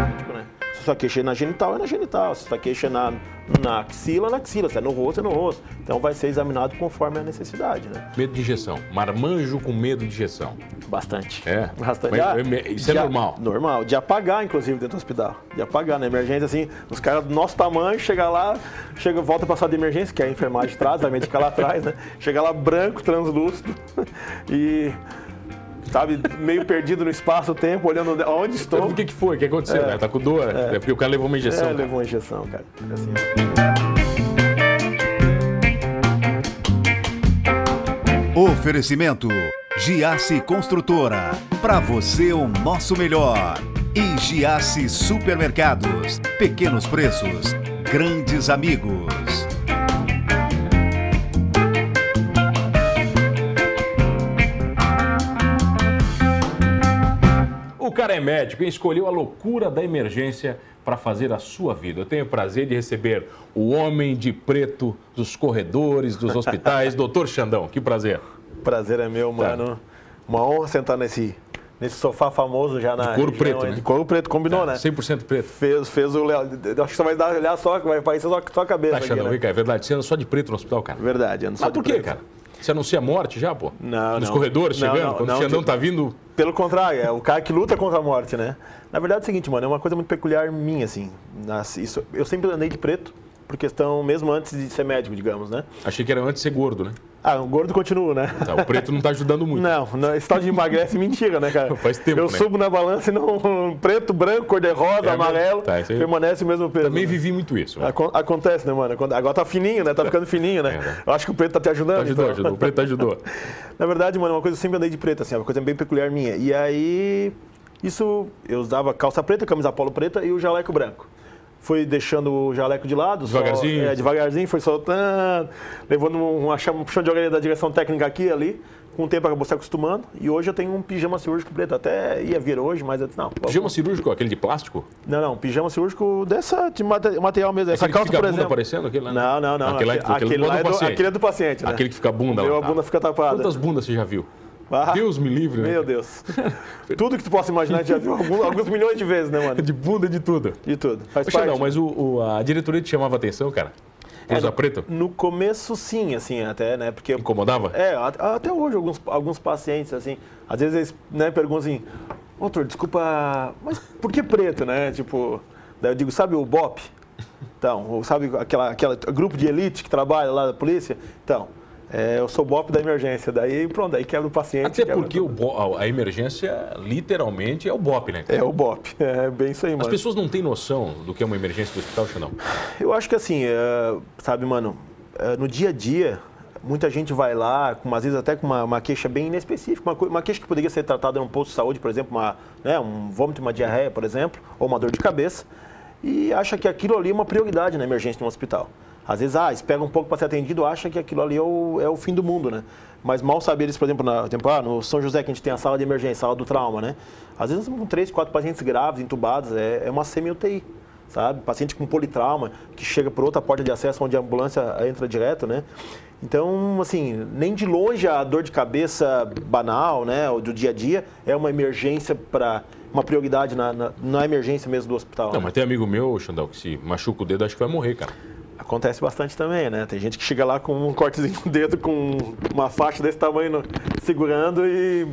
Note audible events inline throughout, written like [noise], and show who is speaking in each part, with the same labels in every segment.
Speaker 1: né? Se sua queixa é na genital, é na genital. Se sua queixa é na, na axila, é na axila. Se é no rosto, é no rosto. Então vai ser examinado conforme a necessidade, né?
Speaker 2: Medo de injeção. Marmanjo com medo de injeção.
Speaker 1: Bastante.
Speaker 2: É?
Speaker 1: Bastante. Ah,
Speaker 2: Mas, é, isso é
Speaker 1: de a-
Speaker 2: normal?
Speaker 1: Normal. De apagar, inclusive, dentro do hospital. De apagar, na emergência, assim, os caras do nosso tamanho, chega lá, chega, volta pra sala de emergência, que a enfermagem traz, a médica lá atrás, né? Chega lá branco, translúcido [laughs] e, sabe, meio perdido no espaço-tempo, olhando onde- onde estou.
Speaker 2: O que, que foi? O que aconteceu?
Speaker 1: É.
Speaker 2: Tá com dor? É. porque o cara levou uma injeção.
Speaker 1: É, levou uma injeção, cara. Assim,
Speaker 3: Oferecimento Giasse Construtora. Para você o nosso melhor. E Giasse Supermercados. Pequenos preços, grandes amigos.
Speaker 2: O cara é médico e escolheu a loucura da emergência para fazer a sua vida. Eu tenho o prazer de receber o homem de preto dos corredores,
Speaker 1: [laughs]
Speaker 2: dos hospitais, doutor Xandão. Que prazer.
Speaker 1: Prazer é
Speaker 2: Tá.
Speaker 1: meu, mano. Uma honra sentar nesse, nesse sofá famoso já na.
Speaker 2: couro
Speaker 1: região,
Speaker 2: preto,
Speaker 1: hein?
Speaker 2: né?
Speaker 1: De couro preto, combinou, né?
Speaker 2: 100% preto.
Speaker 1: Fez, fez o. Léo- Acho que só vai dar olhar só, que vai aparecer só, só a cabeça.
Speaker 2: Tá,
Speaker 1: aqui,
Speaker 2: Xandão,
Speaker 1: né?
Speaker 2: vem cá, é verdade. Você anda só de preto no hospital, cara.
Speaker 1: Verdade, eu não sou
Speaker 2: Mas por
Speaker 1: de
Speaker 2: quê,
Speaker 1: preto.
Speaker 2: cara? Você anuncia a morte já, pô?
Speaker 1: Não,
Speaker 2: Nos
Speaker 1: não.
Speaker 2: corredores
Speaker 1: Não,
Speaker 2: chegando,
Speaker 1: não,
Speaker 2: quando o
Speaker 1: não, tipo-
Speaker 2: Xandão
Speaker 1: tu-
Speaker 2: tá vindo.
Speaker 1: Pelo contrário, é o cara que luta contra a morte, né? Na verdade é o seguinte, mano, é uma coisa muito peculiar minha, assim. Nas- isso, eu sempre andei de preto, por questão, mesmo antes de ser médico, digamos, né?
Speaker 2: Achei que era antes de ser gordo, né?
Speaker 1: Ah, o gordo continua, né?
Speaker 2: Tá, o preto não tá ajudando muito.
Speaker 1: [laughs] Não, não, esse tal de emagrece [laughs] é mentira, né, cara?
Speaker 2: Faz tempo,
Speaker 1: Eu
Speaker 2: né?
Speaker 1: subo na balança e não. [laughs] Preto, branco, cor de rosa,
Speaker 2: É,
Speaker 1: amarelo,
Speaker 2: tá, isso aí-
Speaker 1: permanece o mesmo peso.
Speaker 2: Também
Speaker 1: né?
Speaker 2: vivi muito isso. né?
Speaker 1: Acon- Acontece, né, mano? Quando- Agora tá fininho, né? Tá ficando fininho, né?
Speaker 2: É, né?
Speaker 1: Eu acho que o preto tá te ajudando.
Speaker 2: Ajudou,
Speaker 1: então.
Speaker 2: ajudou. O preto [laughs] ajudou.
Speaker 1: Na verdade, mano, é uma coisa que eu sempre andei de preto, assim, é uma coisa bem peculiar minha. E aí, isso, eu usava calça preta, camisa polo preta e o jaleco branco. Fui deixando o jaleco de lado, só-
Speaker 2: Devagarzinho.
Speaker 1: é, devagarzinho, foi soltando, levando uma chama- um puxão de orelha da direção técnica aqui e ali. Com o tempo acabou se acostumando. E hoje eu tenho um pijama cirúrgico preto. Até ia vir hoje, mas eu disse, não. vamos-
Speaker 2: Pijama cirúrgico, aquele de plástico?
Speaker 1: Não, não, pijama cirúrgico dessa de mate- material mesmo. Essa
Speaker 2: Aquele que
Speaker 1: calça,
Speaker 2: fica a
Speaker 1: por
Speaker 2: bunda
Speaker 1: exemplo.
Speaker 2: aparecendo? Aquele lá? né?
Speaker 1: Não, não, não.
Speaker 2: Aquele lá-
Speaker 1: Aquele,
Speaker 2: aquele
Speaker 1: aquele,
Speaker 2: lá
Speaker 1: lá
Speaker 2: do
Speaker 1: é do-
Speaker 2: paciente.
Speaker 1: aquele é do paciente. né?
Speaker 2: Aquele que fica a bunda
Speaker 1: Meu,
Speaker 2: lá.
Speaker 1: a
Speaker 2: tá?
Speaker 1: bunda fica tapada.
Speaker 2: Quantas bundas você já viu?
Speaker 1: Ah,
Speaker 2: Deus me livre, né?
Speaker 1: Meu Deus. [laughs] tudo que tu possa imaginar, a gente já viu alguns, [laughs] alguns milhões de vezes, né, mano?
Speaker 2: [laughs] De bunda de tudo.
Speaker 1: De tudo. Faz
Speaker 2: Mas,
Speaker 1: parte.
Speaker 2: Xandão, mas o, o- a diretoria te chamava atenção, cara? Coisa preta?
Speaker 1: No começo, sim, assim, até, né? Porque.
Speaker 2: Incomodava?
Speaker 1: É, at- até hoje, alguns, alguns pacientes, assim, às vezes eles né, perguntam assim, doutor, desculpa, mas por que preto, né? Tipo, daí eu digo, sabe o BOP? Então, ou sabe aquela, aquela grupo de elite que trabalha lá da polícia? Então, é, eu sou BOP da emergência, daí pronto, aí quebra o paciente.
Speaker 2: Até
Speaker 1: quebra
Speaker 2: porque o bo- a- a emergência, literalmente, é o BOP, né?
Speaker 1: É o BOP, [laughs] é bem isso aí, mano.
Speaker 2: As pessoas não têm noção do que é uma emergência do hospital, Xandão.
Speaker 1: Eu acho que assim, é, sabe, mano, é, no dia a dia, muita gente vai lá, com, às vezes até com uma, uma queixa bem inespecífica, uma, co- uma queixa que poderia ser tratada em um posto de saúde, por exemplo, uma, né, um vômito, uma diarreia, por exemplo, ou uma dor de cabeça, e acha que aquilo ali é uma prioridade na emergência de um hospital. Às vezes, ah, espera um pouco para ser atendido, acha que aquilo ali é o, é o fim do mundo, né? Mas mal saber eles, por exemplo, na, tempo, ah, no São José, que a gente tem a sala de emergência, sala do trauma, né? Às vezes, com três, quatro pacientes graves, entubados, é, é uma semi-UTI sabe? Paciente com politrauma, que chega por outra porta de acesso onde a ambulância entra direto, né? Então, assim, nem de longe a dor de cabeça banal, né, ou do dia a dia, é uma emergência para uma prioridade na, na, na emergência mesmo do hospital.
Speaker 2: Não,
Speaker 1: né?
Speaker 2: mas tem amigo meu, Xandão, que se machuca o dedo, acho que vai morrer, cara.
Speaker 1: Acontece bastante também, né? Tem gente que chega lá com um cortezinho no dedo, com uma faixa desse tamanho no- segurando e.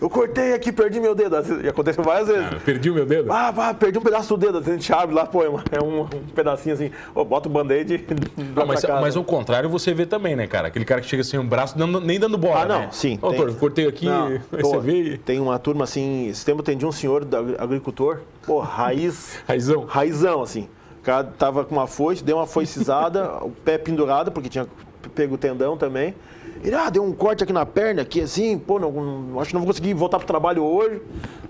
Speaker 1: Eu cortei aqui, perdi meu dedo. Às vezes- E aconteceu várias vezes.
Speaker 2: Eu perdi o meu dedo.
Speaker 1: Ah, pá, perdi um pedaço do dedo. A gente abre lá, pô, é um, é um- um pedacinho assim. Ô, bota o band-aid e [laughs]
Speaker 2: Ah,
Speaker 1: dá
Speaker 2: mas,
Speaker 1: pra casa.
Speaker 2: mas ao contrário você vê também, né, cara? Aquele cara que chega sem um braço, dando- nem dando bola.
Speaker 1: Ah, não,
Speaker 2: né?
Speaker 1: sim,
Speaker 2: Ô, Doutor,
Speaker 1: tem-
Speaker 2: cortei aqui, é
Speaker 1: Não,
Speaker 2: [laughs] aí
Speaker 1: pô,
Speaker 2: você vê. e-
Speaker 1: Tem uma turma assim, esse tempo eu atendi um senhor da- agricultor, pô, raiz.
Speaker 2: Raizão.
Speaker 1: Raizão, assim. O cara tava com uma foice, deu uma foicizada, o pé pendurado, porque tinha pego o tendão também. Ele, ah, deu um corte aqui na perna, aqui assim, pô, não, não- acho que não vou conseguir voltar pro trabalho hoje.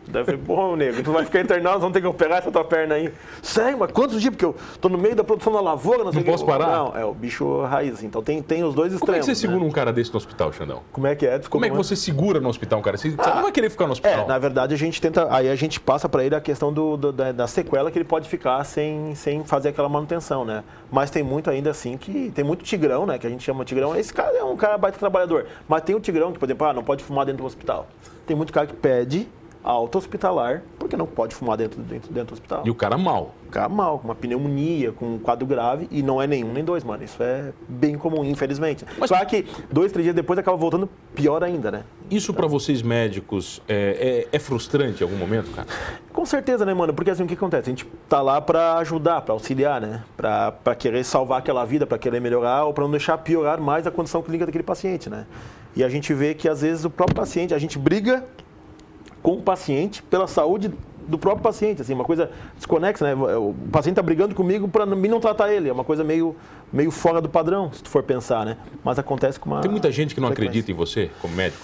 Speaker 1: Daí eu falei, pô, nego, tu vai ficar internado, nós vamos ter que operar essa tua perna aí. Sério, mas quantos dias? Porque eu tô no meio da produção da lavoura, não sei
Speaker 2: Não
Speaker 1: o quê."
Speaker 2: posso parar?
Speaker 1: Não, é o bicho raiz, então tem, tem os dois
Speaker 2: Como é
Speaker 1: extremos.
Speaker 2: que você
Speaker 1: né?
Speaker 2: segura um cara desse no hospital, Xandão?
Speaker 1: Como é que é? Desculpa,
Speaker 2: Como é que
Speaker 1: mano.
Speaker 2: você segura no hospital, um cara? Você, você não vai querer ficar no
Speaker 1: É,
Speaker 2: hospital.
Speaker 1: na verdade a gente tenta, aí a gente passa pra ele a questão do, do- da, da sequela que ele pode ficar sem, sem fazer aquela manutenção, né? Mas tem muito ainda assim que tem muito tigrão, né? Que a gente chama tigrão. Esse cara é um cara baita trabalhador, mas tem o tigrão que por exemplo, ah, não pode fumar dentro do hospital. Tem muito cara que pede alta hospitalar, porque não pode fumar dentro, dentro, dentro do hospital.
Speaker 2: E o cara mal.
Speaker 1: Ficar mal, com uma pneumonia, com um quadro grave, e não é nenhum nem dois, mano. Isso é bem comum, infelizmente.
Speaker 2: Mas-
Speaker 1: Claro que dois, três dias depois acaba voltando pior ainda, né?
Speaker 2: Isso pra vocês médicos é, é- é frustrante em algum momento, cara?
Speaker 1: Com certeza, né, mano? Porque assim, o que acontece? A gente tá lá pra ajudar, pra auxiliar, né? Pra, pra querer salvar aquela vida, pra querer melhorar ou pra não deixar piorar mais a condição clínica daquele paciente, né? E a gente vê que às vezes o próprio paciente, a gente briga com o paciente pela saúde do próprio paciente, assim, uma coisa desconexa, né? O paciente tá brigando comigo pra mim não tratar ele, é uma coisa meio, meio fora do padrão, se tu for pensar, né? Mas acontece com uma...
Speaker 2: Tem muita gente que não
Speaker 1: frequência.
Speaker 2: acredita em você como médico?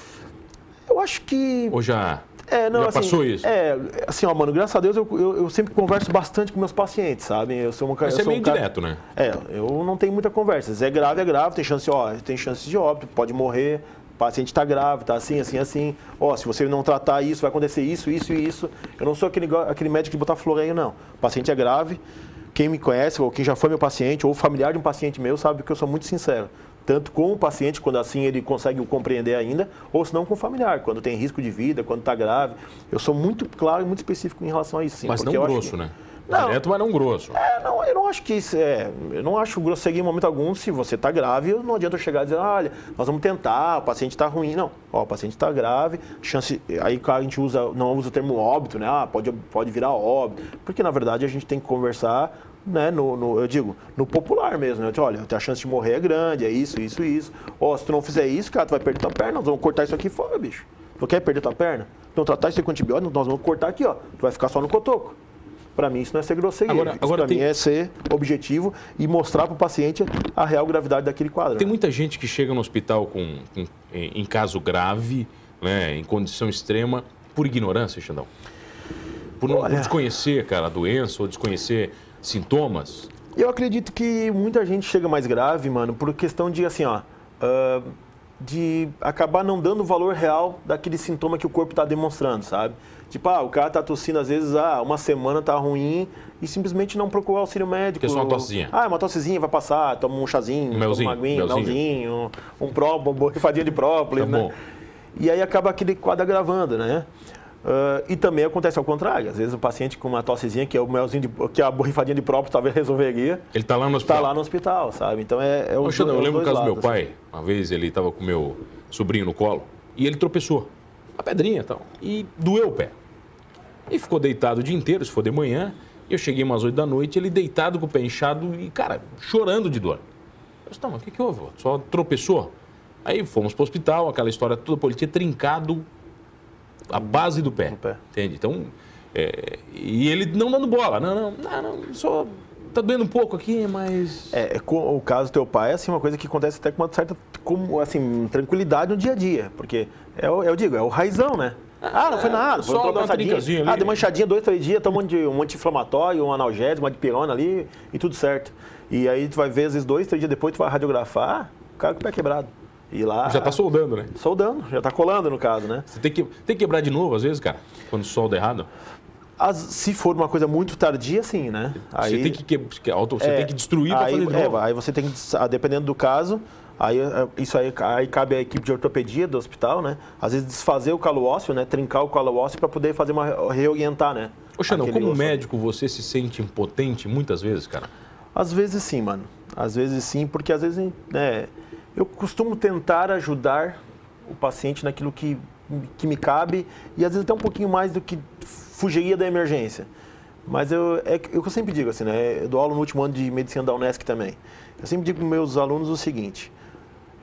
Speaker 1: Eu acho que...
Speaker 2: Ou já.
Speaker 1: É, não,
Speaker 2: Já
Speaker 1: assim,
Speaker 2: passou isso?
Speaker 1: É, assim, ó, mano, graças a Deus eu, eu, eu sempre converso bastante com meus pacientes, sabe? Eu sou um cara.
Speaker 2: Você
Speaker 1: eu
Speaker 2: é
Speaker 1: sou
Speaker 2: meio
Speaker 1: um cara-
Speaker 2: direto, né?
Speaker 1: É, eu não tenho muita conversa. Se é grave, é grave, tem chance, ó, tem chance de óbito, pode morrer, o paciente tá grave, tá assim, assim, assim. Ó, se você não tratar isso, vai acontecer isso, isso e isso. Eu não sou aquele, go- aquele médico de botar floreio, não. O paciente é grave. Quem me conhece, ou quem já foi meu paciente, ou familiar de um paciente meu, sabe que eu sou muito sincero tanto com o paciente, quando assim ele consegue o compreender ainda, ou se não com o familiar, quando tem risco de vida, quando está grave. Eu sou muito claro e muito específico em relação a isso. Sim,
Speaker 2: Mas não
Speaker 1: porque eu acho
Speaker 2: grosso,
Speaker 1: que-
Speaker 2: né?
Speaker 1: Não.
Speaker 2: Direto, mas não grosso.
Speaker 1: É, não, eu não acho que isso é. Eu não acho grosseria em momento algum. Se você está grave, eu- não adianta eu chegar e dizer, "Ah, olha, nós vamos tentar, o paciente está ruim. Não, ó, o paciente está grave, chance. Aí claro, a gente usa, não usa o termo óbito, né? Ah, pode, pode virar óbito. Porque na verdade a gente tem que conversar. Né, no, no- eu digo, no popular mesmo. Né? Olha, a chance de morrer é grande, é isso, isso, isso. Ó, se tu não fizer isso, cara, tu vai perder tua perna, nós vamos cortar isso aqui fora, bicho. Tu quer perder tua perna? Então tratar isso aqui com antibiótico, nós vamos cortar aqui, ó. Tu vai ficar só no cotoco. Pra mim isso não é ser grosseria.
Speaker 2: Agora-
Speaker 1: Agora,
Speaker 2: agora
Speaker 1: para
Speaker 2: tem-
Speaker 1: mim é ser objetivo e mostrar para o paciente a real gravidade daquele quadro.
Speaker 2: Tem
Speaker 1: né?
Speaker 2: muita gente que chega no hospital com, com- eh, em, em caso grave, né, em condição extrema, por ignorância, Xandão. Por não por
Speaker 1: Olha.
Speaker 2: desconhecer, cara, a doença ou desconhecer sintomas.
Speaker 1: Eu acredito que muita gente chega mais grave, mano, por questão de assim, ó, ah, de acabar não dando o valor real daquele sintoma que o corpo tá demonstrando, sabe? Tipo, ah, o cara tá tossindo às vezes, ah, uma semana tá ruim e simplesmente não procurar auxílio médico.
Speaker 2: é só uma tossezinha.
Speaker 1: Ah, é uma tossezinha, vai passar, toma um chazinho,
Speaker 2: Melzinho,
Speaker 1: toma uma aguinha,
Speaker 2: melzinho.
Speaker 1: melzinho, um própolis, uma borrifadinha de própolis,
Speaker 2: Tá
Speaker 1: né?
Speaker 2: bom.
Speaker 1: E aí acaba aquele quadro agravando, né? Ah, e também acontece ao contrário. Às vezes o paciente com uma tossezinha, que é o melzinho, de- que a borrifadinha de própolis talvez resolveria,
Speaker 2: Ele tá lá no
Speaker 1: tá
Speaker 2: hospital.
Speaker 1: lá no hospital, sabe? Então é, é
Speaker 2: Ô,
Speaker 1: o
Speaker 2: Xandão, eu lembro
Speaker 1: o
Speaker 2: do caso do meu pai. Uma vez ele estava com meu sobrinho no colo e ele tropeçou. Uma pedrinha e tal. E doeu o pé. E ficou deitado o dia inteiro, se for de manhã. Eu cheguei umas 8 da noite, ele deitado com o pé inchado e, cara, chorando de dor. Eu disse, não, mas o que, que houve? Só tropeçou. Aí fomos pro hospital, aquela história toda, pô, ele tinha trincado a base do pé.
Speaker 1: pé.
Speaker 2: Entende? Então, é, e ele não dando bola. Não, não, não, não, só tá doendo um pouco aqui, mas...
Speaker 1: É, é co- o caso do teu pai é assim, uma coisa que acontece até com uma certa como, assim, tranquilidade no dia a dia. Porque, é, o- eu digo, é o raizão, né? Ah, não foi nada, foi
Speaker 2: é, só
Speaker 1: uma
Speaker 2: dá uma trincazinha
Speaker 1: dançadinha.
Speaker 2: ali.
Speaker 1: Ah, deu uma inchadinha, dois, três dias, toma um, de, um anti-inflamatório, um analgésico, uma dipirona ali e tudo certo. E aí tu vai ver, às vezes, dois, três dias depois, tu vai radiografar, o cara com o pé quebrado. E lá...
Speaker 2: Já tá soldando, né?
Speaker 1: soldando, já tá colando, no caso, né?
Speaker 2: Você tem que, tem que quebrar de novo, às vezes, cara, quando solda errado.
Speaker 1: As- se for uma coisa muito tardia, sim, né?
Speaker 2: você tem que, que, que- auto- você
Speaker 1: É,
Speaker 2: tem que destruir pra
Speaker 1: aí,
Speaker 2: fazer de
Speaker 1: é,
Speaker 2: novo.
Speaker 1: aí você tem que, ah, dependendo do caso, aí é, isso aí, aí cabe à equipe de ortopedia do hospital, né? Às vezes desfazer o calo ósseo, né? Trincar o calo ósseo para poder fazer uma re- reorientar, né?
Speaker 2: Ô, Xandão,
Speaker 1: Aquele
Speaker 2: como
Speaker 1: osso.
Speaker 2: médico, você se sente impotente muitas vezes, cara?
Speaker 1: Às vezes sim, mano. Às vezes sim, porque às vezes, né, eu costumo tentar ajudar o paciente naquilo que, que me cabe e às vezes até um pouquinho mais do que fugiria da emergência. Mas eu, é, que- é o que eu sempre digo, assim, né, eu dou aula no último ano de medicina da Unesc também. Eu sempre digo para meus alunos o seguinte,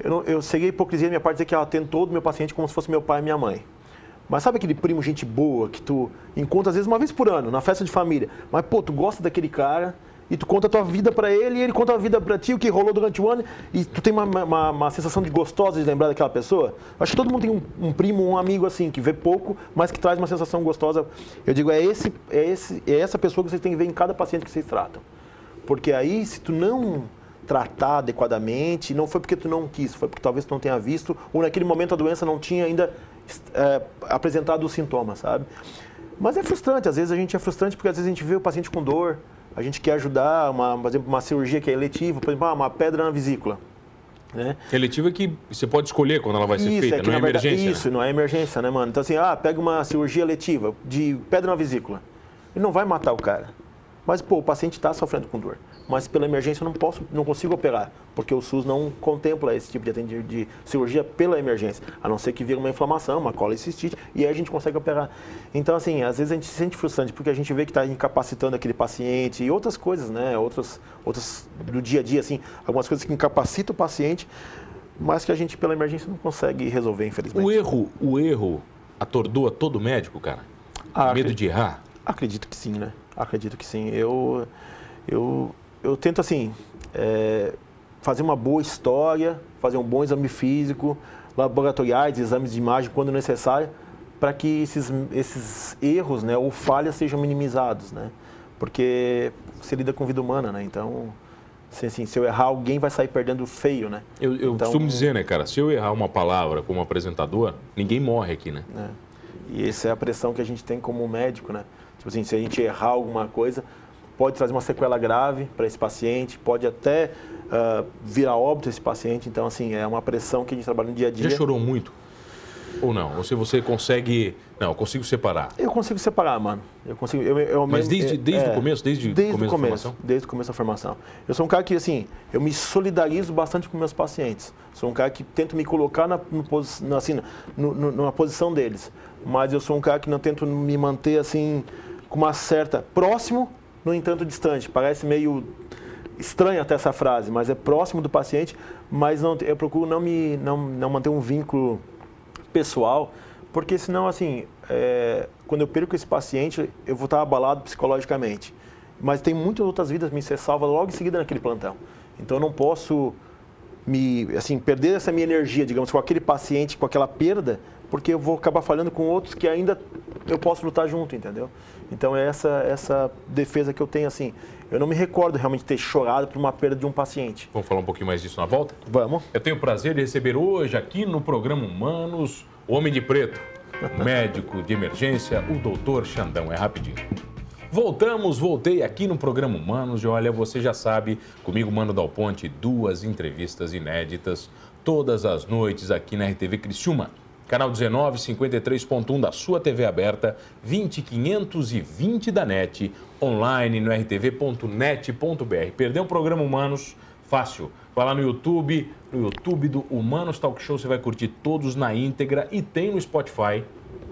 Speaker 1: eu, não, eu seria hipocrisia da minha parte dizer que eu atendo todo meu paciente como se fosse meu pai e minha mãe. Mas sabe aquele primo gente boa que tu encontra às vezes uma vez por ano, na festa de família, mas pô, tu gosta daquele cara e tu conta a tua vida pra ele e ele conta a vida pra ti, o que rolou durante o ano e tu tem uma, uma, uma sensação de gostosa de lembrar daquela pessoa? Acho que todo mundo tem um, um primo, um amigo assim, que vê pouco, mas que traz uma sensação gostosa. Eu digo, é, esse, é, esse, é essa pessoa que vocês têm que ver em cada paciente que vocês tratam. Porque aí, se tu não tratar adequadamente, não foi porque tu não quis, foi porque talvez tu não tenha visto, ou naquele momento a doença não tinha ainda eh, apresentado os sintomas, sabe? Mas é frustrante, às vezes a gente é frustrante porque às vezes a gente vê o paciente com dor, a gente quer ajudar, uma, por exemplo, uma cirurgia que é eletiva, por exemplo, ah, uma pedra na vesícula. Né?
Speaker 2: Eletiva que você pode escolher quando ela vai ser
Speaker 1: Isso,
Speaker 2: feita,
Speaker 1: é que,
Speaker 2: não é
Speaker 1: na verdade-
Speaker 2: emergência. né?
Speaker 1: Isso, não é emergência, né, mano? Então, assim, ah, pega uma cirurgia letiva de pedra na vesícula. Ele não vai matar o cara. Mas, pô, o paciente está sofrendo com dor. Mas pela emergência eu não posso, não consigo operar, porque o SUS não contempla esse tipo de, atendi- de cirurgia pela emergência, a não ser que vira uma inflamação, uma colicistite, e aí a gente consegue operar. Então, assim, às vezes a gente se sente frustrante, porque a gente vê que está incapacitando aquele paciente e outras coisas, né? Outras, outras do dia a dia, assim, algumas coisas que incapacitam o paciente, mas que a gente pela emergência não consegue resolver, infelizmente.
Speaker 2: né? O erro, o erro atordoa todo médico, cara.
Speaker 1: Ah,
Speaker 2: Medo
Speaker 1: acredito.
Speaker 2: de errar.
Speaker 1: Acredito que sim, né? Acredito que sim. Eu, eu, eu tento, assim, é, fazer uma boa história, fazer um bom exame físico, laboratoriais, exames de imagem quando necessário, para que esses, esses erros né, ou falhas sejam minimizados, né? Porque você lida com vida humana, né? Então, se, assim, se eu errar, alguém vai sair perdendo feio, né?
Speaker 2: Eu, eu
Speaker 1: Então-
Speaker 2: costumo dizer, né, cara, se eu errar uma palavra como apresentador, ninguém morre aqui, né?
Speaker 1: né? E essa é a pressão que a gente tem como médico, né? Tipo assim, se a gente errar alguma coisa, pode trazer uma sequela grave para esse paciente, pode até ah, virar óbito esse paciente. Então, assim, é uma pressão que a gente trabalha no dia a dia.
Speaker 2: Já chorou muito? Ou não? Ou se você consegue. Não, eu consigo separar.
Speaker 1: Eu consigo separar, mano. Eu consigo. Eu, eu
Speaker 2: Mas
Speaker 1: mesmo-
Speaker 2: desde,
Speaker 1: é-
Speaker 2: desde
Speaker 1: é.
Speaker 2: o começo, desde,
Speaker 1: desde
Speaker 2: o começo,
Speaker 1: o
Speaker 2: da
Speaker 1: começo,
Speaker 2: formação?
Speaker 1: desde o começo da formação. Eu sou um cara que assim, eu me solidarizo bastante com meus pacientes. Sou um cara que tento me colocar na, no posi- na- assim, no- no- numa posição deles, mas eu sou um cara que não tento me manter assim com uma certa próximo, no entanto distante. Parece meio estranha até essa frase, mas é próximo do paciente, mas não, eu procuro não me não, não manter um vínculo pessoal, porque senão, assim, é, quando eu perco esse paciente, eu vou estar abalado psicologicamente. Mas tem muitas outras vidas me ser salva logo em seguida naquele plantão. Então eu não posso me, assim, perder essa minha energia, digamos, com aquele paciente, com aquela perda, porque eu vou acabar falhando com outros que ainda eu posso lutar junto, entendeu? Então é essa essa defesa que eu tenho assim. Eu não me recordo realmente ter chorado por uma perda de um paciente.
Speaker 2: Vamos falar um pouquinho mais disso na volta?
Speaker 1: Vamos?
Speaker 2: Eu tenho o prazer de receber hoje aqui no programa Humanos o Homem de Preto, o médico de emergência, o doutor Xandão. É rapidinho. Voltamos, voltei aqui no programa Humanos e olha, você já sabe, comigo, Mano Dal Ponte, duas entrevistas inéditas todas as noites aqui na RTV Criciúma. Canal 19, 53.1 da sua TV aberta, 20520 da NET, online no rtv.net.br. Perdeu o programa Humanos? Fácil. Vai lá no YouTube, no YouTube do Humanos Talk Show, você vai curtir todos na íntegra e tem no Spotify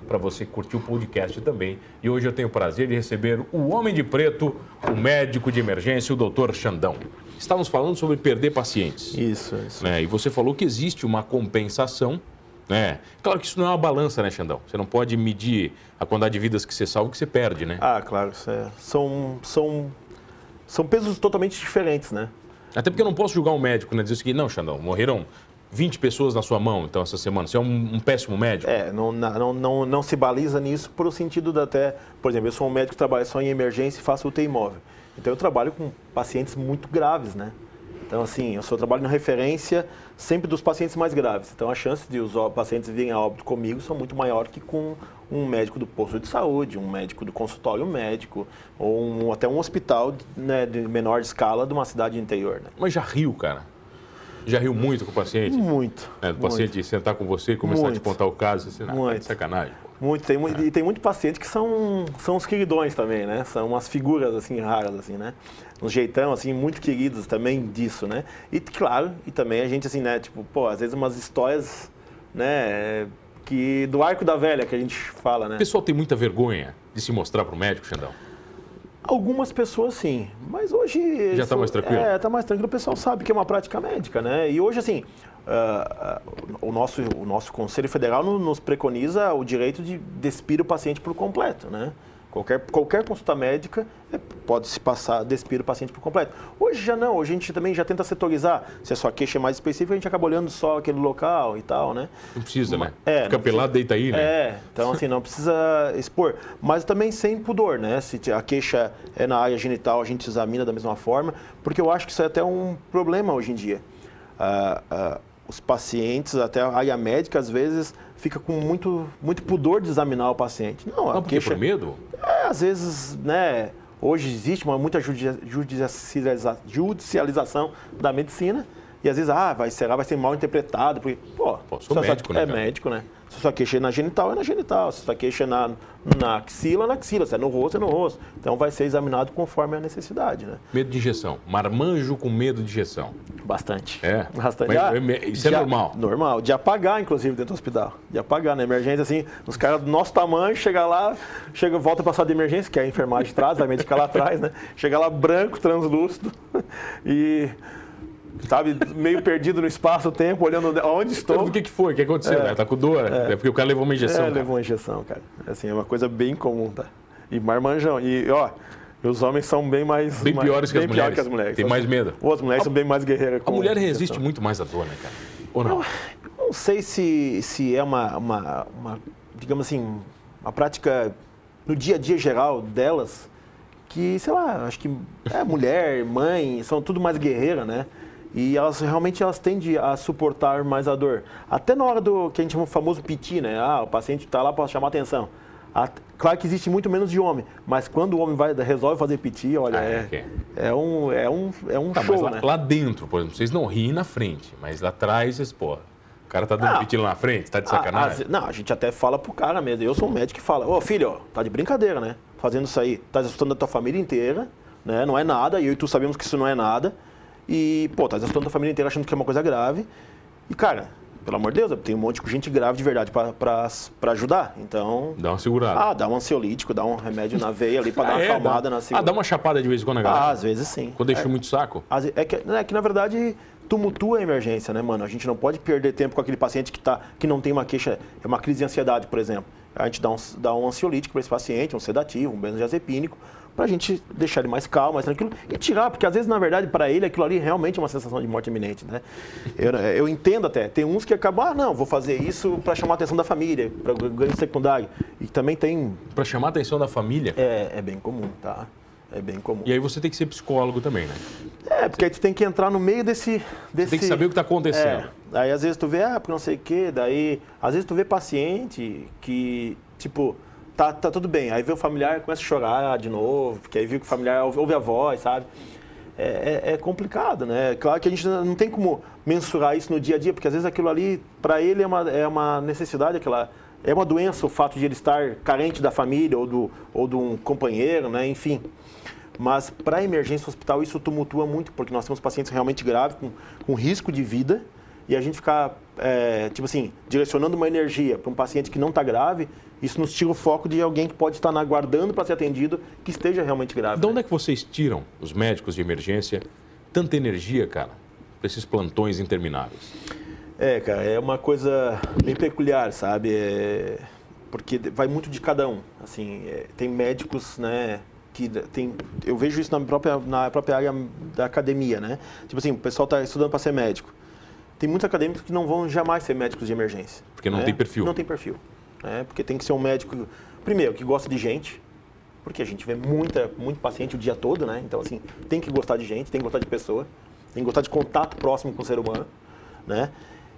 Speaker 2: para você curtir o podcast também. E hoje eu tenho o prazer de receber o homem de preto, o médico de emergência, o doutor Xandão. Estávamos falando sobre perder pacientes.
Speaker 1: Isso, isso.
Speaker 2: né? E você falou que existe uma compensação. Né? Claro que isso não é uma balança, né, Xandão? Você não pode medir a quantidade de vidas que você salva e que você perde, né?
Speaker 1: Ah, claro, isso é- são são são pesos totalmente diferentes, né?
Speaker 2: Até porque eu não posso julgar um médico, né? Dizer o seguinte, não, Xandão, morreram 20 pessoas na sua mão, então, essa semana. Você é um, um péssimo médico.
Speaker 1: É, não, na- não, não, não se baliza nisso por o sentido da até, por exemplo, eu sou um médico que trabalha só em emergência e faço UTI móvel. Então eu trabalho com pacientes muito graves, né? Então assim, eu só trabalho na referência sempre dos pacientes mais graves. Então a chance de os ó- pacientes virem a óbito comigo são muito maior que com um médico do posto de saúde, um médico do consultório médico ou um- até um hospital né, de menor escala de uma cidade interior, né?
Speaker 2: Mas já riu, cara. Já riu muito com o paciente.
Speaker 1: Muito.
Speaker 2: É, do
Speaker 1: muito.
Speaker 2: paciente sentar com você e começar a te
Speaker 1: Muito.
Speaker 2: contar o caso, assim, não, tá
Speaker 1: Muito.
Speaker 2: de sacanagem. pô.
Speaker 1: Muito, tem, mu-
Speaker 2: É.
Speaker 1: E tem muito paciente que são, são os queridões também, né? São umas figuras, assim, raras, assim, né? Um jeitão, assim, muito queridos também disso, né? E, claro, e também a gente, assim, né? Tipo, pô, às vezes umas histórias, né? Que, do arco da velha que a gente fala, né?
Speaker 2: O pessoal tem muita vergonha de se mostrar pro médico, Xandão.
Speaker 1: Algumas pessoas sim, mas hoje.
Speaker 2: Já tá
Speaker 1: isso-
Speaker 2: mais tranquilo?
Speaker 1: É, tá mais tranquilo. O pessoal sabe que é uma prática médica, né? E hoje, assim, ah, ah, o, nosso, o nosso Conselho Federal no- nos preconiza o direito de despir o paciente por completo, né? Qualquer, qualquer consulta médica é, pode se passar, despir o paciente por completo. Hoje já não, hoje a gente também já tenta setorizar. Se a sua queixa é mais específica, a gente acaba olhando só aquele local e tal, né?
Speaker 2: Não precisa, né?
Speaker 1: É,
Speaker 2: Fica
Speaker 1: não
Speaker 2: pelado, deita aí, né?
Speaker 1: É, então assim, não precisa expor. Mas também sem pudor, né? Se a queixa é na área genital, a gente examina da mesma forma, porque eu acho que isso é até um problema hoje em dia. Ah, ah, os pacientes, até a área médica, às vezes, fica com muito, muito pudor de examinar o paciente. Não, a
Speaker 2: Não, porque
Speaker 1: queixa...
Speaker 2: por medo?
Speaker 1: É, às vezes, né? Hoje existe uma, muita judia- judicializa- judicialização da medicina E às vezes, ah, vai, será, vai ser mal interpretado, porque, pô,
Speaker 2: Pô,
Speaker 1: só-
Speaker 2: sou
Speaker 1: só-
Speaker 2: médico, né,
Speaker 1: é
Speaker 2: cara?
Speaker 1: médico, né? Se sua queixa é na genital, é na genital. Se sua queixa é na, na axila, é na axila. Se é no rosto, é no rosto. Então vai ser examinado conforme a necessidade, né?
Speaker 2: Medo de injeção. Marmanjo com medo de injeção.
Speaker 1: Bastante.
Speaker 2: É?
Speaker 1: Bastante.
Speaker 2: Mas,
Speaker 1: Ah,
Speaker 2: é, isso é
Speaker 1: de a-
Speaker 2: normal?
Speaker 1: Normal. De apagar, inclusive, dentro do hospital. De apagar, na emergência, assim, os caras do nosso tamanho, chega lá, chega, volta pra sala de emergência, que a enfermagem traz, vai medicar lá atrás, né? Chega lá branco, translúcido [laughs] e, sabe, meio perdido no espaço-tempo, olhando onde- onde estou.
Speaker 2: O que, que foi? O que aconteceu?
Speaker 1: É.
Speaker 2: Ela tá com dor? É. porque o cara levou uma injeção.
Speaker 1: É,
Speaker 2: cara.
Speaker 1: levou uma injeção, cara. Assim, é uma coisa bem comum, tá? E marmanjão. E, ó, os homens são bem mais...
Speaker 2: Bem
Speaker 1: mais-
Speaker 2: piores que as
Speaker 1: bem pior
Speaker 2: mulheres.
Speaker 1: que as mulheres.
Speaker 2: Tem
Speaker 1: As-
Speaker 2: mais medo.
Speaker 1: Ou as mulheres são bem mais guerreiras.
Speaker 2: A mulher resiste muito mais à dor, né, cara? Ou
Speaker 1: É
Speaker 2: não?
Speaker 1: um Não sei se, se é uma, uma, uma, digamos assim, uma prática no dia a dia geral delas, que, sei lá, acho que é mulher, [laughs] mãe, são tudo mais guerreira, né? E elas realmente elas tendem a suportar mais a dor. Até na hora do que a gente chama o famoso piti, né? Ah, o paciente está lá para chamar atenção. A- claro que existe muito menos de homem, mas quando o homem vai, resolve fazer piti, olha,
Speaker 2: Ah, é que é.
Speaker 1: é, é um, é um, é um
Speaker 2: Tá,
Speaker 1: show,
Speaker 2: mas lá,
Speaker 1: né?
Speaker 2: lá dentro, por exemplo, vocês não riem na frente, mas lá atrás, vocês, pô, o cara tá dando
Speaker 1: Ah.
Speaker 2: piti lá na frente, tá de
Speaker 1: Ah,
Speaker 2: sacanagem?
Speaker 1: às- não, a gente até fala pro cara mesmo. Eu sou um médico que fala, ô filho, ó, tá de brincadeira, né? Fazendo isso aí, tá assustando a tua família inteira, né? Não é nada, eu e tu sabemos que isso não é nada. E, pô, tá assustando a tua família inteira achando que é uma coisa grave. E, cara, pelo amor de Deus, tem um monte de gente grave de verdade pra, pra, pra ajudar. Então,
Speaker 2: Dá uma segurada.
Speaker 1: ah, dá um ansiolítico, dá um remédio na veia ali pra dar
Speaker 2: Ah,
Speaker 1: uma
Speaker 2: [laughs] é?
Speaker 1: acalmada
Speaker 2: Dá-
Speaker 1: na
Speaker 2: Ah,
Speaker 1: segunda.
Speaker 2: dá uma chapada de vez em quando na galera.
Speaker 1: Ah, às vezes sim.
Speaker 2: Quando deixou muito saco.
Speaker 1: As- É que, é que, na verdade, tumultua a emergência, né, mano? A gente não pode perder tempo com aquele paciente que, tá, que não tem uma queixa, é uma crise de ansiedade, por exemplo. A gente dá um, dá um ansiolítico para esse paciente, um sedativo, um benzodiazepínico, para a gente deixar ele mais calmo, mais tranquilo e tirar, porque às vezes, na verdade, para ele aquilo ali realmente é uma sensação de morte iminente, né? Eu, eu entendo até. Tem uns que acabam, ah, não, vou fazer isso para chamar a atenção da família, para ganho secundário. E também tem,
Speaker 2: Pra chamar a atenção da família.
Speaker 1: é, é bem comum, tá? É bem comum.
Speaker 2: E aí você tem que ser psicólogo também, né?
Speaker 1: É, porque aí tu tem que entrar no meio desse. desse
Speaker 2: Tem que saber o que tá acontecendo.
Speaker 1: é. Aí às vezes tu vê, ah, porque não sei o quê, daí. Às vezes tu vê paciente que, tipo, tá, tá tudo bem. Aí vê o familiar começa a chorar de novo, porque aí viu que o familiar ouve, ouve a voz, sabe? É, é- é complicado, né? Claro que a gente não tem como mensurar isso no dia a dia, porque às vezes aquilo ali, para ele, é uma, é uma necessidade, aquela. É uma doença o fato de ele estar carente da família ou do, ou de um companheiro, né? Enfim. Mas para emergência hospital isso tumultua muito, porque nós temos pacientes realmente graves, com, com risco de vida, e a gente ficar, é, tipo assim, direcionando uma energia para um paciente que não está grave, isso nos tira o foco de alguém que pode estar na- aguardando para ser atendido, que esteja realmente grave.
Speaker 2: De
Speaker 1: né?
Speaker 2: onde é que vocês tiram, os médicos de emergência, tanta energia, cara, pra esses plantões intermináveis?
Speaker 1: É, cara, é uma coisa bem peculiar, sabe? É, Porque vai muito de cada um. Assim, é, tem médicos, né? Que d- tem, eu vejo isso na própria, na própria área da academia, né? Tipo assim, o pessoal está estudando para ser médico. Tem muitos acadêmicos que não vão jamais ser médicos de emergência.
Speaker 2: Porque não
Speaker 1: né?
Speaker 2: tem perfil.
Speaker 1: Não tem perfil. né? Porque tem que ser um médico, primeiro, que gosta de gente, porque a gente vê muita, muito paciente o dia todo, né? Então, assim, tem que gostar de gente, tem que gostar de pessoa, tem que gostar de contato próximo com o ser humano, né?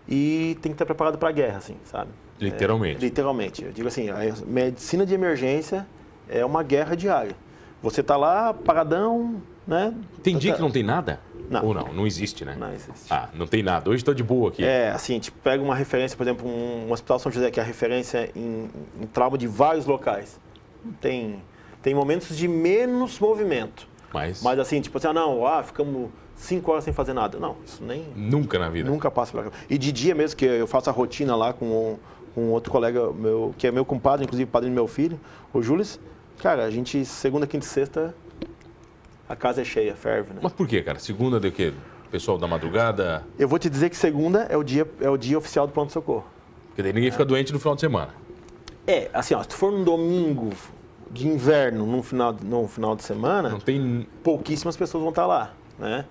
Speaker 1: E tem que estar preparado para a guerra, assim, sabe?
Speaker 2: Literalmente.
Speaker 1: Literalmente. Eu digo assim, a medicina de emergência é uma guerra diária. Você tá lá, paradão, né?
Speaker 2: Tem dia que não tem nada?
Speaker 1: Não.
Speaker 2: Ou não? Não existe, né?
Speaker 1: Não existe.
Speaker 2: Ah, não tem nada. Hoje tá de boa aqui.
Speaker 1: É, assim, a gente pega uma referência, por exemplo, um, um Hospital São José, que é a referência em, em trauma de vários locais. Tem, tem momentos de menos movimento.
Speaker 2: Mas,
Speaker 1: Mas assim, tipo assim, ah, não, ah, ficamos cinco horas sem fazer nada. Não, isso nem
Speaker 2: nunca na vida.
Speaker 1: nunca passa pela cabeça. E de dia mesmo, que eu faço a rotina lá com um, com um outro colega meu, que é meu compadre, inclusive padrinho do meu filho, o Júlio. Cara, a gente, segunda, quinta e sexta, a casa é cheia, ferve, né?
Speaker 2: Mas por quê, cara? Segunda de quê? Pessoal da madrugada?
Speaker 1: Eu vou te dizer que segunda é o dia, é o dia oficial do pronto-socorro.
Speaker 2: Porque daí ninguém fica doente no final de semana.
Speaker 1: É, assim, ó, se tu for num domingo de inverno, num final, num final de semana,
Speaker 2: Não tem.
Speaker 1: pouquíssimas pessoas vão estar lá, né?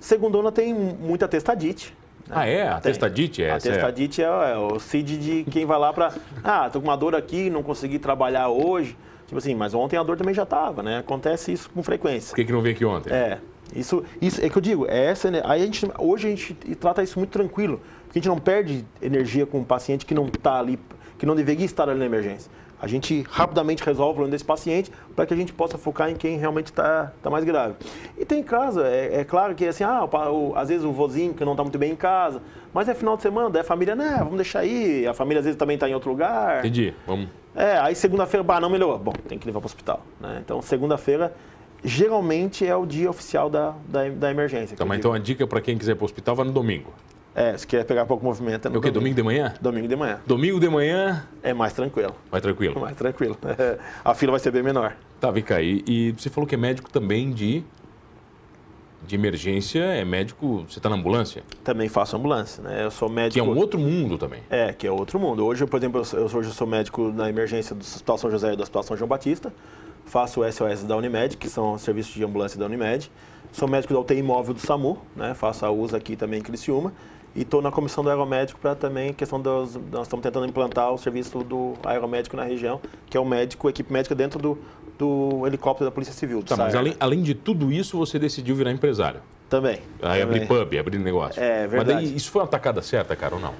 Speaker 1: Segundona tem muita testadite.
Speaker 2: Ah, é? A
Speaker 1: Tem.
Speaker 2: testadite é
Speaker 1: A
Speaker 2: essa? é.
Speaker 1: testadite é, é o CID de quem vai lá pra. Ah, tô com uma dor aqui, não consegui trabalhar hoje. Tipo assim, mas ontem a dor também já tava, né? Acontece isso com frequência.
Speaker 2: Por que, que não veio aqui ontem?
Speaker 1: É. Isso, isso é que eu digo, é essa, ener- aí a gente, hoje a gente trata isso muito tá tranquilo, porque a gente não perde energia com um paciente que não está ali, que não deveria estar ali na emergência. a gente rapidamente resolve o problema desse paciente para que a gente possa focar em quem realmente está tá mais grave. E tem casa, é, é claro que assim, ah, o, o, às vezes o vozinho que não está muito bem em casa, mas é final de semana, daí a família, né, vamos deixar aí, a família às vezes também está em outro lugar.
Speaker 2: Entendi, vamos.
Speaker 1: É, aí segunda-feira, bah, não melhorou, bom, tem que levar para o hospital. Né? Então, segunda-feira geralmente é o dia oficial da, da, da emergência.
Speaker 2: Tá, mas então a dica para quem quiser ir para o hospital, vai no domingo.
Speaker 1: É, se quer pegar pouco movimento. É
Speaker 2: no o quê? Domingo. domingo. de manhã?
Speaker 1: Domingo de manhã.
Speaker 2: Domingo de manhã.
Speaker 1: É mais tranquilo.
Speaker 2: Mais tranquilo.
Speaker 1: Mais tranquilo. [laughs] É, a fila vai ser bem menor.
Speaker 2: Tá, vem cá. E, e você falou que é médico também de. De emergência, é médico. Você está na ambulância?
Speaker 1: Também faço ambulância, né? Eu sou médico.
Speaker 2: Que é um outro mundo também.
Speaker 1: É, que é outro mundo. Hoje, por exemplo, eu, hoje eu sou médico na emergência do Hospital São José e do Hospital São João Batista faço o SOS da Unimed, que são serviços de ambulância da Unimed. Sou médico da UTI móvel do SAMU, né? faço a USA aqui também em Criciúma. E estou na comissão do aeromédico para também questão dos... Nós estamos tentando implantar o serviço do aeromédico na região, que é o médico, equipe médica dentro do, do helicóptero da Polícia Civil.
Speaker 2: Tá, mas além, além de tudo isso, você decidiu virar empresário.
Speaker 1: Também.
Speaker 2: Aí
Speaker 1: também.
Speaker 2: abrir pub, abrir negócio.
Speaker 1: É, verdade.
Speaker 2: Mas daí, isso foi uma tacada certa, cara, ou não?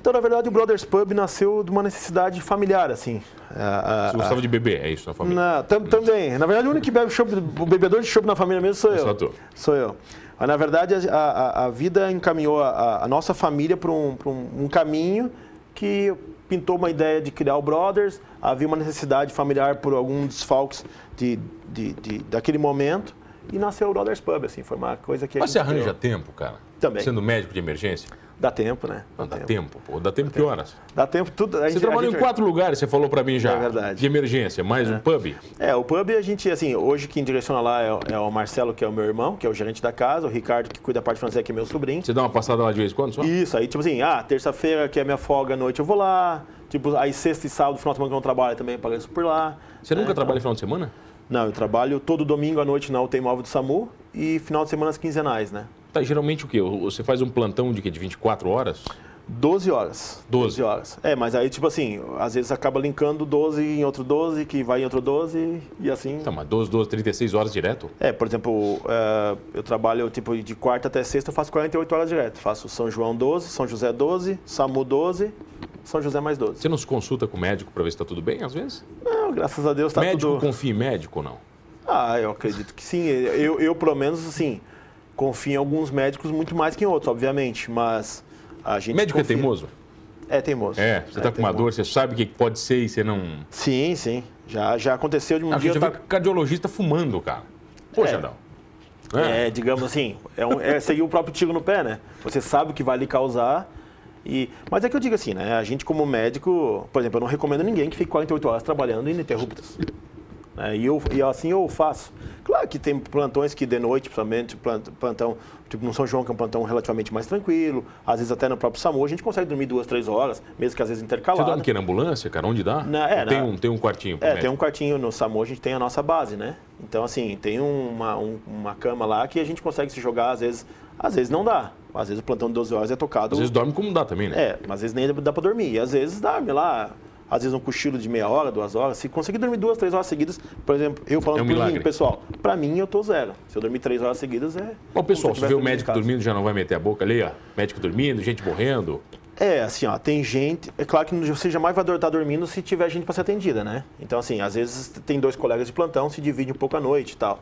Speaker 1: Então, na verdade, o Brothers Pub nasceu de uma necessidade familiar, assim.
Speaker 2: A, a, Você
Speaker 1: ah.
Speaker 2: gostava a... de beber, é isso, na família?
Speaker 1: Na, tam, também. Na verdade, o único que bebe chope, o bebedor de chope na família mesmo sou eu.
Speaker 2: É Só tu.
Speaker 1: Sou eu. Mas, na verdade, a, a, vida encaminhou a, nossa família para um, pra um, um caminho que pintou uma ideia de criar o Brothers, havia uma necessidade familiar por algum desfalques de, de, de daquele momento e nasceu o Brothers Pub, assim, foi uma coisa que...
Speaker 2: Mas você arranja criou. tempo, cara?
Speaker 1: Também.
Speaker 2: Sendo médico de emergência?
Speaker 1: Dá tempo, né?
Speaker 2: Não, dá, dá tempo. tempo, pô. Dá tempo dá que horas?
Speaker 1: Dá tempo tudo.
Speaker 2: você gente, trabalhou
Speaker 1: gente...
Speaker 2: em quatro lugares, você falou para mim já.
Speaker 1: É verdade.
Speaker 2: De emergência, mais é. um pub.
Speaker 1: É, o pub a gente, assim, hoje quem direciona lá é o, é, o Marcelo, que é o meu irmão, que é o gerente da casa, o Ricardo, que cuida da parte financeira, que é meu sobrinho.
Speaker 2: Você dá uma passada lá de vez em quando só?
Speaker 1: Isso, aí tipo assim, ah, terça-feira que é minha folga à noite eu vou lá. Tipo, aí sexta e sábado, final de semana que eu não trabalho também, pago isso por lá.
Speaker 2: Você nunca
Speaker 1: então...
Speaker 2: trabalha então... final de semana?
Speaker 1: Não, eu trabalho todo domingo à noite na UTI móvel do SAMU e final de semana as quinzenais, né?
Speaker 2: Tá, geralmente o quê? Você faz um plantão de quê? De 24 horas?
Speaker 1: 12 horas.
Speaker 2: 12.
Speaker 1: 12 horas. É, mas aí, tipo assim, às vezes acaba linkando 12 em outro 12, que vai em outro 12 e assim.
Speaker 2: Tá, mas 12, 12, 36 horas direto?
Speaker 1: É, por exemplo, eh, eu trabalho tipo, de quarta até sexta, eu faço 48 horas direto. Faço São João 12, São José 12, SAMU 12, são José mais 12.
Speaker 2: Você não se consulta com o médico para ver se está tudo bem, às vezes?
Speaker 1: Não, graças a Deus está
Speaker 2: tudo...
Speaker 1: Médico
Speaker 2: confia em médico ou não?
Speaker 1: Ah, eu acredito que sim. Eu, eu pelo menos, assim, confio em alguns médicos muito mais que em outros, obviamente, mas a gente
Speaker 2: Médico
Speaker 1: confia.
Speaker 2: é teimoso?
Speaker 1: É teimoso.
Speaker 2: É, você está
Speaker 1: é
Speaker 2: com uma dor, você sabe o que pode ser e você não...
Speaker 1: Sim, sim. Já, já aconteceu de um
Speaker 2: a
Speaker 1: dia...
Speaker 2: gente já tá... vê cardiologista fumando, cara. Poxa,
Speaker 1: É.
Speaker 2: não.
Speaker 1: É, digamos assim, é, um, é seguir o próprio tiro no pé, né? Você sabe o que vai lhe causar... E, mas é que eu digo assim, né? A gente como médico, por exemplo, eu não recomendo a ninguém que fique 48 horas trabalhando ininterruptas. É, e, eu, e assim eu faço. Claro que tem plantões que de noite, principalmente, plant- plantão, tipo no São João, que é um plantão relativamente mais tranquilo, às vezes até no próprio SAMU, a gente consegue dormir duas, três horas, mesmo que às vezes
Speaker 2: Você
Speaker 1: intercalado.
Speaker 2: dorme o quê? Na ambulância, cara? Onde dá?
Speaker 1: Na- é,
Speaker 2: Ou tem,
Speaker 1: na-
Speaker 2: um, tem um quartinho pro
Speaker 1: É,
Speaker 2: médico?
Speaker 1: tem um quartinho no SAMU, a gente tem a nossa base, né? Então, assim, tem uma, um- uma cama lá que a gente consegue se jogar, às vezes, às vezes não dá. Às vezes o plantão de 12 horas é tocado
Speaker 2: Às vezes dorme como dá também, né?
Speaker 1: É, mas às vezes nem dá pra dormir. E às vezes dorme lá, às vezes um cochilo de meia hora, duas horas. Se conseguir dormir duas, três horas seguidas, por exemplo, eu falando
Speaker 2: É um
Speaker 1: por
Speaker 2: milagre.
Speaker 1: mim, pessoal, pra mim eu tô zero. Se eu dormir três horas seguidas é.
Speaker 2: Bom, pessoal,
Speaker 1: como
Speaker 2: se
Speaker 1: eu
Speaker 2: vê
Speaker 1: tivesse
Speaker 2: o
Speaker 1: um
Speaker 2: médico
Speaker 1: dormido em
Speaker 2: dormindo, já não vai meter a boca ali, ó. Médico dormindo, gente morrendo.
Speaker 1: casa. É, assim, ó, tem gente. É claro que você jamais vai estar dormindo se tiver gente pra ser atendida, né? Então, assim, às vezes tem dois colegas de plantão, se divide um pouco a noite e tal.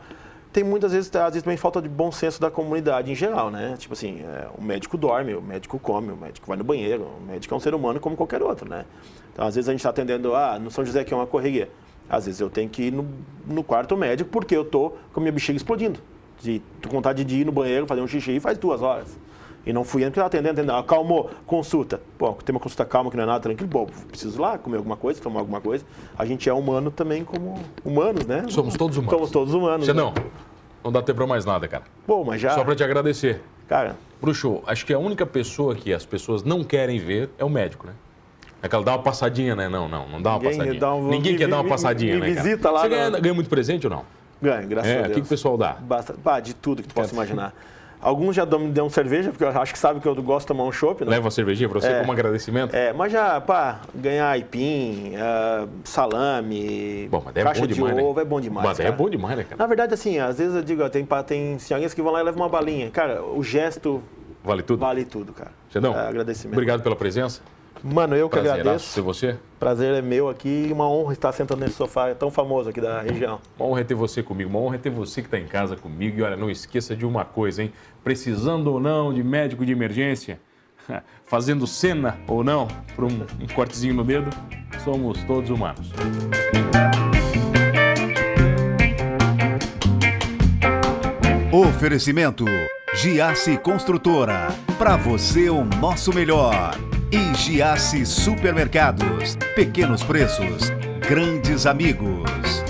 Speaker 1: Tem muitas vezes, às vezes também falta de bom senso da comunidade em geral, né? Tipo assim, é, o médico dorme, o médico come, o médico vai no banheiro, o médico é um ser humano como qualquer outro, né? Então, às vezes a gente está atendendo, ah, no São José que é uma correria. Às vezes eu tenho que ir no, no quarto médico porque eu tô com a minha bexiga explodindo. De, tô com vontade de ir no banheiro, fazer um xixi, faz duas horas. E não fui indo porque estava atendendo, atendendo. Ah, Acalmou, consulta. Pô, tem uma consulta calma que não é nada tranquilo. Bom, preciso ir lá comer alguma coisa, tomar alguma coisa. A gente é humano também como humanos, né?
Speaker 2: Somos todos humanos.
Speaker 1: Somos todos humanos.
Speaker 2: Você
Speaker 1: né?
Speaker 2: não. Não dá tempo pra mais nada, cara.
Speaker 1: Bom, mas já.
Speaker 2: Só pra te agradecer.
Speaker 1: Cara,
Speaker 2: Bruxo, acho que a única pessoa que as pessoas não querem ver é o médico, né? Aquela dá uma passadinha, né? Não, não, não dá uma
Speaker 1: Ninguém
Speaker 2: passadinha.
Speaker 1: dá um-
Speaker 2: Ninguém
Speaker 1: me-
Speaker 2: quer dar uma
Speaker 1: me-
Speaker 2: passadinha,
Speaker 1: me
Speaker 2: né? cara?
Speaker 1: visita lá
Speaker 2: Você
Speaker 1: na-
Speaker 2: ganha, ganha muito presente ou não?
Speaker 1: ganha, graças a
Speaker 2: É, o
Speaker 1: Deus.
Speaker 2: que, que o pessoal dá?
Speaker 1: Basta, pá, de tudo que tu possa imaginar. Alguns já dão- me dão cerveja, porque eu acho que sabe que eu gosto de tomar um chopp, né?
Speaker 2: Leva uma cervejinha pra você
Speaker 1: É.
Speaker 2: como agradecimento?
Speaker 1: É, mas já, pá, ganhar aipim, ah, salame,
Speaker 2: Bom, mas daí é
Speaker 1: caixa
Speaker 2: bom
Speaker 1: de
Speaker 2: demais, né?
Speaker 1: ovo, é bom demais.
Speaker 2: Mas daí é
Speaker 1: cara.
Speaker 2: bom demais, né, cara?
Speaker 1: Na verdade, assim, às vezes eu digo, ó, tem, pa- tem senhorinhas que vão lá e levam uma balinha. Cara, o gesto
Speaker 2: Vale tudo.
Speaker 1: vale tudo, cara.
Speaker 2: Xandão,
Speaker 1: É, agradecimento.
Speaker 2: Obrigado pela presença.
Speaker 1: Mano, eu que
Speaker 2: Prazeraço
Speaker 1: agradeço.
Speaker 2: ter você.
Speaker 1: Prazer é meu aqui e uma honra estar sentando nesse sofá tão famoso aqui da região.
Speaker 2: Uma honra é ter você comigo, uma honra ter você que está em casa comigo. E olha, não esqueça de uma coisa, hein? Precisando ou não de médico de emergência, [laughs] fazendo cena ou não, por um, um cortezinho no dedo, somos todos humanos.
Speaker 3: Oferecimento Giasse Construtora. Para você o nosso melhor. E Giasse Supermercados. Pequenos preços, grandes amigos.